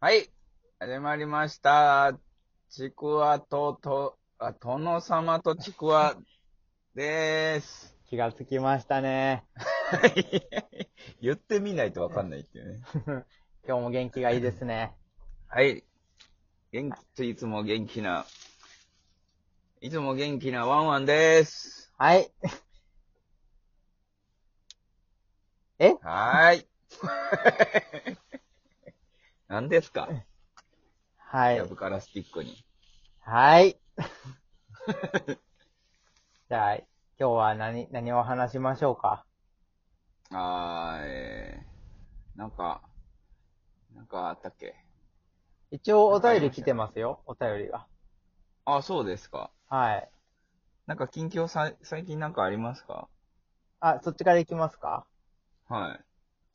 はい。始まりました。ちくわと、と、あ、殿様とちくわでーす。気がつきましたね。 言ってみないとわかんないっていうね。今日も元気がいいです ね。はい。元気といつも元気な、いつも元気なワンワンでーす。はい。えはーい。 何ですかはキいャ。ブからスティックに。 はい。じゃあ、今日は何、何を話しましょうか。あー、えー、なんか、なんかあったっけ一応お便り来てますよ。お便りが。あ、そうですか。はい。なんか近況さ、最近なんかありますかあ、そっちから行きますかはい。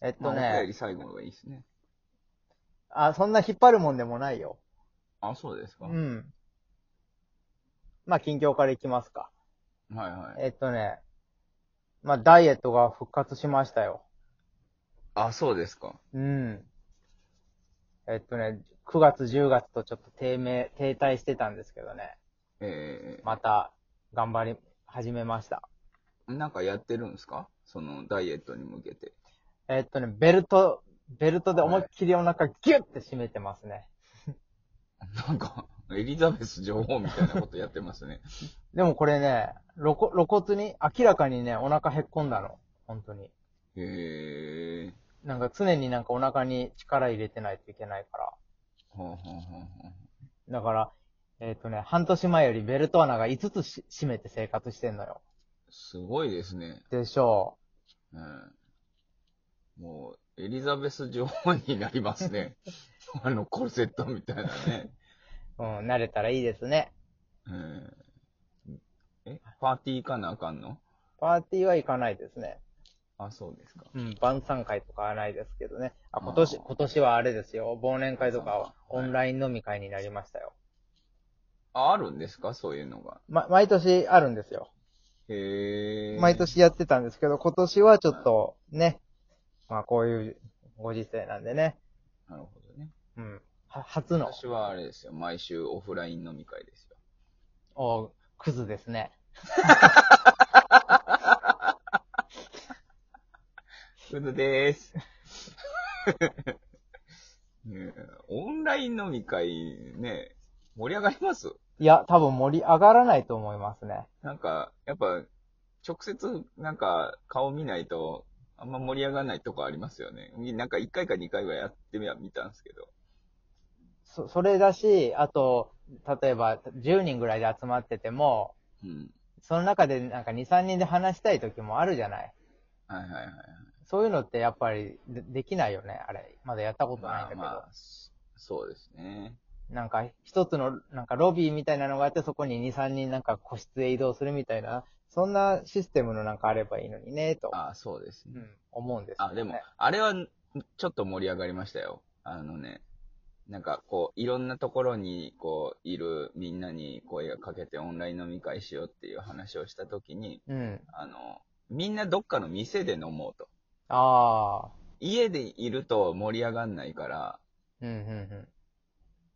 えっまあ、おと便ねり。最後のがいいですね。あ、そんな引っ張るもんでもないよ。あ、そうですか。うはいん。まあ、近況から行きますか。はい。えっとね。まあ、ダイエットが復活しましたよ。あ、そうですか。うん。えっとね、9月、10月とちょっと低迷、停滞してたんですけどね。えまた、頑張り、始めました。ー、なんかやってるんですかその、ダイエットに向けて。えっとね、ベルト、ベルトで思いっきりお腹ギュッて締めてますね。 なんか、エリザベス女王みたいなことやってますね。でもこれね、露骨露骨に、明らかにね、お腹へっこんだの。本当に。 へえ。なんか常になんかお腹に力入れてないといけないから。ほうほうほうほう。だから、えっとね、半年前よりベルト穴が5つし締めて生活してんのよ。すごいですね。でしょうん。もう、エリザベス女王になります ね。あの、コルセットみたいなね。う。うん、慣れたらいいですね。うんえ、パーティー行かなあかんのパーティーは行かないですね。あ、そうですか。うん、晩餐会とかはないですけどね。あ、今年、あー今年はあれですよ。忘年会とかははいオンライン飲み会になりましたよ。あ、あるんですかそういうのが。ま、毎年あるんですよ。へえ。毎。年やってたんですけど、今年はちょっと、ね。まあ、こういうご時世なんでね。なるほどね。うん。は初の、私はあれですよ。毎週オフライン飲み会ですよ。おクズですね。ふずでーす。ねえオンライン飲み会ね、盛り上がりますいや、多分盛り上がらないと思いますね。なんか、やっぱ、直接、なんか、顔見ないと、あんま盛り上がらないとこありますよね。なんか、1回か2回はやってみは見たんですけど。そ、それだし、あと、例えば10人ぐらいで集まってても、うん。その中でなんか2、3人で話したい時もあるじゃない。はいはいはいはい。そういうのってやっぱりでできないよね、あれ。まだやったことないんだまけあど。まあ、そそうですね。なんか一つの、なんかロビーみたいなのがあって、そこに2、3人なんか個室へ移動するみたいな、そんなシステムのなんかあればいいのにね、と、ああ、そうですうね。ん、思うんですよ、ね。あ、でも、あれは、ちょっと盛り上がりましたよ。あのね、なんかこう、いろんなところに、こう、いるみんなに声がかけてオンライン飲み会しようっていう話をしたときに、うん。あの、みんなどっかの店で飲もうと。ああ、家でいると盛り上がんないから、うん、うん、うん。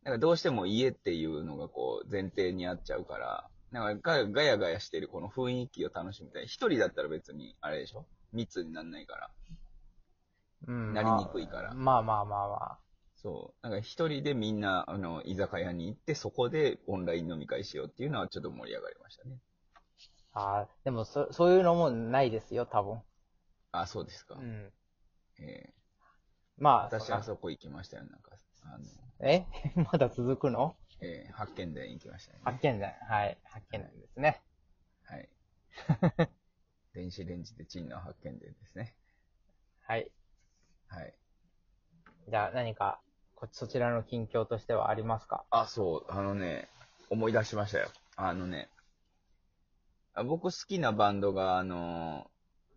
なんかどうしても家っていうのがこう前提にあっちゃうから、なんかガガヤガヤしてるこの雰囲気を楽しみたい。一人だったら別に、あれでしょ密になんないから。うん、なりにくいからまあまあまあまあ。そう。なんか一人でみんな、あの、居酒屋に行って、そこでオンライン飲み会しようっていうのはちょっと盛り上がりましたね。ああ、でもそ、そういうのもないですよ、多分。あ、そうですか。うん。ええまあ、私そあそこ行きましたよ。なんか、あの、え まだ続くのええ発見で行きましたね。発見だ。はい、発見なんですね。はい。 電子レンジでチンの発見でですね。はい。はい。じゃあ何かこ、そちらの近況としてはありますかあ、そう、あのね、思い出しましたよ。あのね、あ僕好きなバンドが、あの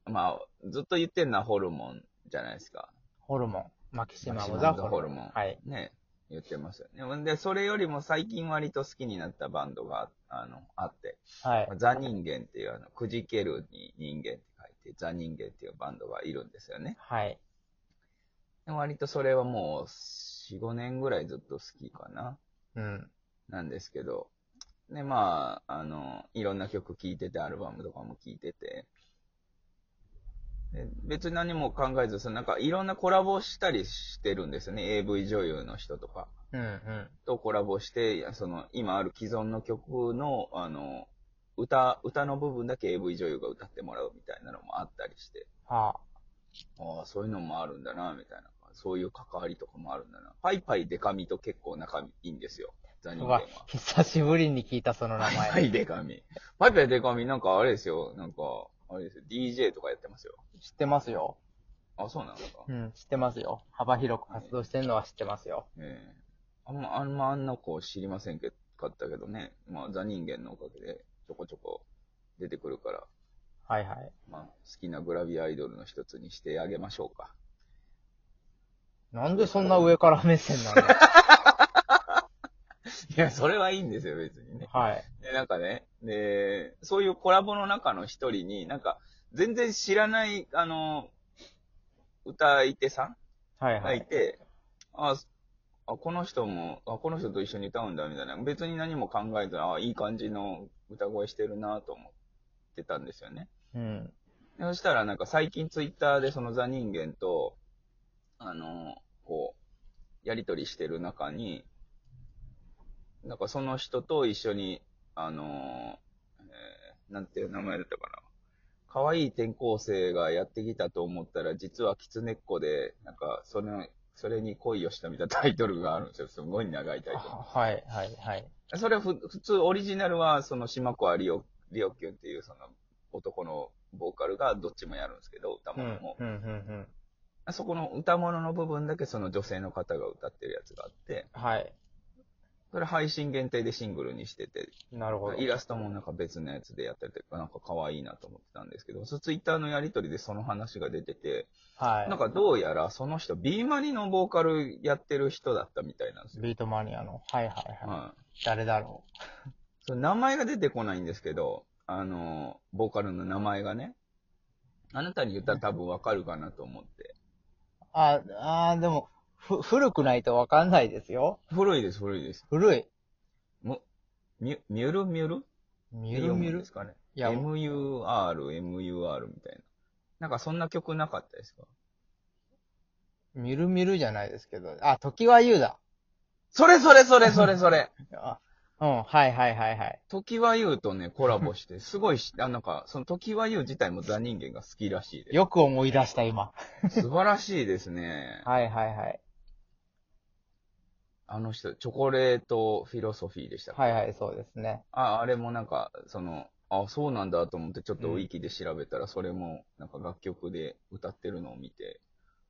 ーまあ、ずっと言ってんのはホルモンじゃないですか。ホルモン。マキシマムマキザシマムザホホルルモモンン。はい。ね、言ってますよね。ほんで、それよりも最近割と好きになったバンドが、あの、あって、はい。ザ人間っていう、あの、くじけるに人間って書いて、ザ人間っていうバンドがいるんですよね。はい。で割とそれはもう、 4、5年ぐらいずっと好きかな。うん。なんですけど、で、まあ、あの、いろんな曲聴いてて、アルバムとかも聴いてて、で別に何も考えず、そのなんかいろんなコラボしたりしてるんですよね。AV 女優の人とかうんうん。とコラボして、いやその今ある既存の曲の、あの、歌、歌の部分だけ AV 女優が歌ってもらうみたいなのもあったりして、はあ。ああ、そういうのもあるんだな、みたいな。そういう関わりとかもあるんだな。パイパイデカミと結構仲いいんですよ。ザニーテうンはわ。、久しぶりに聞いたその名パイ前。パイデカミ。パイパイデカミ、なんかあれですよ。なんか、あれですよ。DJ とかやってますよ。知ってますよ。あ、そうなのか。うん、知ってますよ。幅広く活動してるのは知ってますよ。ええあんま、あんまあんな子知りませんけかったけどね。まあ、ザ人間のおかげで、ちょこちょこ出てくるから、はいはい。まあ、好きなグラビアアイドルの一つにしてあげましょうか。なんでそんな上から目線なん だ いや、それはいいんですよ、別にね。はい。で、なんかね、で、そういうコラボの中の一人に、なんか、全然知らない、あの、歌い手さんはいはがいい。て、あすあ、この人も、あ、この人と一緒に歌うんだ、みたいな。別に何も考えず、あ、いい感じの歌声してるなと思ってたんですよね。うん。でそしたら、なんか最近ツイッターでそのザ人間と、あの、こう、やりとりしてる中に、なんかその人と一緒に、あの、えーなんていう名前だったかな。可愛い転校生がやってきたと思ったら、実はキツネっ子で、なんか、それ、それに恋をしたみたいなタイトルがあるんですよ。すごい長いタイトあはいはいはい。ル。それはふ普通、オリジナルは、その島子はリオ、リオキュンっていう、その、男のボーカルがどっちもやるんですけど、歌うん。う物も。んうんうん。そこの歌物の部分だけその女性の方が歌ってるやつがあって、はい。それ配信限定でシングルにしてて、なるほど。イラストもなんか別のやつでやったりとか、なんか可愛いなと思ってたんですけど、そうツイッターのやりとりでその話が出てて、はい。なんかどうやらその人、ビーマリのボーカルやってる人だったみたいなんですよ。ビートマニアの。はいはいはい。はい。誰だろその名前が出てこないんですけど、あの、ボーカルの名前がね、あなたに言ったら多分わかるかなと思って。う。あ、あーでも、ふ、古くないとわかんないですよ。古いです、古いです。古い。む、ミュ、ミュルミュルミュルミュでルす。かね。いや、 MUR、MUR みたいな。なんかそんな曲なかったですかミュルミュルじゃないですけど。あ、時は優だ。それそれそれそれそれあうん、はいはいはいはい。 時は優とね、コラボして、すごいし、あなんか、その時は優自体もザ人間が好きらしいでよく思い出した、今。す。素晴らしいですね。はいはいはい。あの人、チョコレートフィロソフィーでしたっけはいはい、そうですね。あ、あれもなんか、その、あ、そうなんだと思って、ちょっとウィキで調べたら、それも、なんか楽曲で歌ってるのを見て、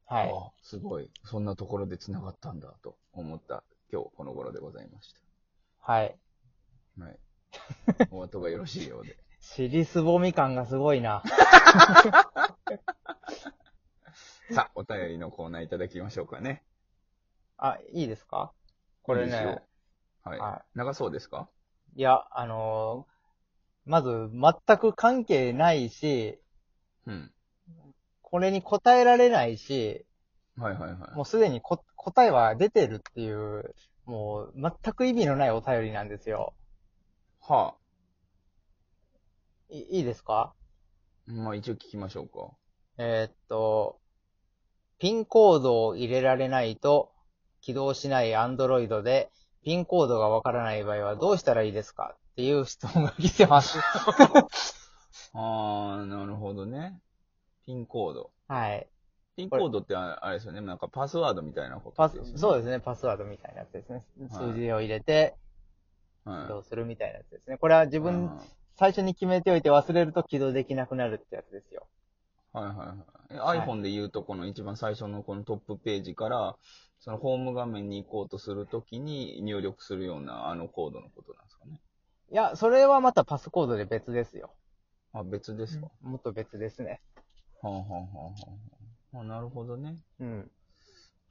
はい。あ、すごい、そんなところで繋がったんだ、と思った、今日この頃でございました。はい。はい。 お後がよろしいようで。尻すぼみ感がすごいな。さあ、お便りのコーナーいただきましょうかね。あ、いいですかこれいいですよね。は。はい長そうですかい。いや、あのーまず、全く関係ないし、うん。これに答えられないし、はいはいはもうすでにこ答えは出てるっていう、もう全く意味のないお便りなんですよ。い。はあ。いいいですかまあ一応聞きましょうか。えーっと、ピンコードを入れられないと起動しない Android で、ピンコードがわからない場合はどうしたらいいですかっていう質問が来 てます。あー、なるほどね。ピンコード。はい。ピンコードってああれですよね。なんかパスワードみたいなことパですスよね。、そううですね、パスワードみたいなやつですね。はい数字を入れてです。起は動するみたいなやつですね。これは自い。うん分はい最初に決めておいて忘れると起動できなくなるってやつですよ。はいははいいえ。iPhone で言うとこの一番最初のこのトップページから、そのホーム画面に行こうとするときに入力するようなあのコードのことなんですかね。いや、それはまたパスコードで別ですよ。あ、別ですか。もっと別ですね。はあ、はあはあはあ、あなるほどね。うん。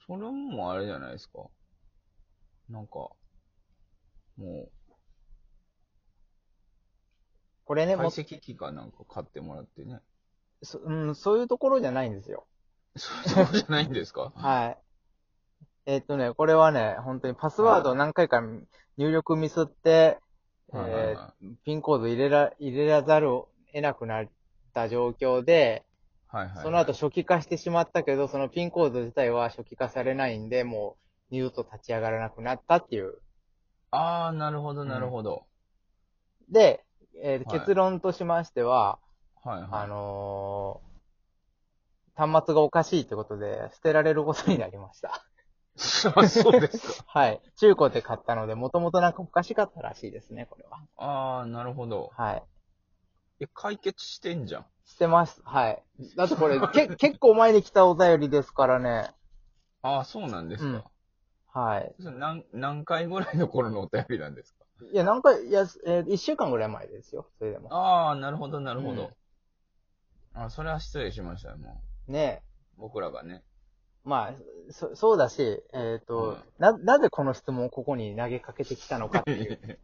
それもあれじゃないですか。なんか、もこれう、ね、解もう析機かなんか買ってもらって ね。そうん、そういうところじゃないんですよ。 そうじゃないんですかはい。えっとね、これはね、本当にパスワードを何回か入力ミスって、はいはいえはーピンコード入れら、入れらざるを得なくなった状況で、はいはい。その後初期化してしまったけど、そのピンコード自体は初期化されないんで、もう二度と立ち上がらなくなったっていう。ああ、なるほど、なるほど。で、えーはい結論としましては、はいはい。あのー端末がおかしいってことで、捨てられることになりました。 そうそうですか。はい。中古で買ったので、もともとなんかおかしかったらしいですね、これは。ああ、なるほど。はい。え、解決してんじゃん。捨てます。はい。だっ てこれ、け、結構前に来たお便りですからね。ああ、そうなんですか。はい。それ何、何回ぐらいの頃のお便りなんですかいや、なんか、いや、えー一週間ぐらい前ですよ、それでも。ああ、なるほど、なるほど。あそれは失礼しましたよ、もねえ。う。僕らがね。まあ、そ、そうだし、えっ、と、うんな、なぜこの質問をここに投げかけてき たのかっていう。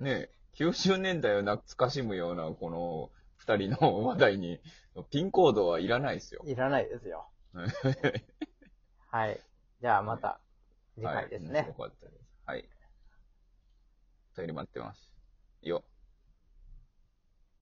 ねえ、90年代を懐かしむような、この、二人の話題に、ピンコードはいらないですよ。いらないですよ。はい。じゃあまた、次回ですね。はい面白かったです。はい。お便り待ってます。よ。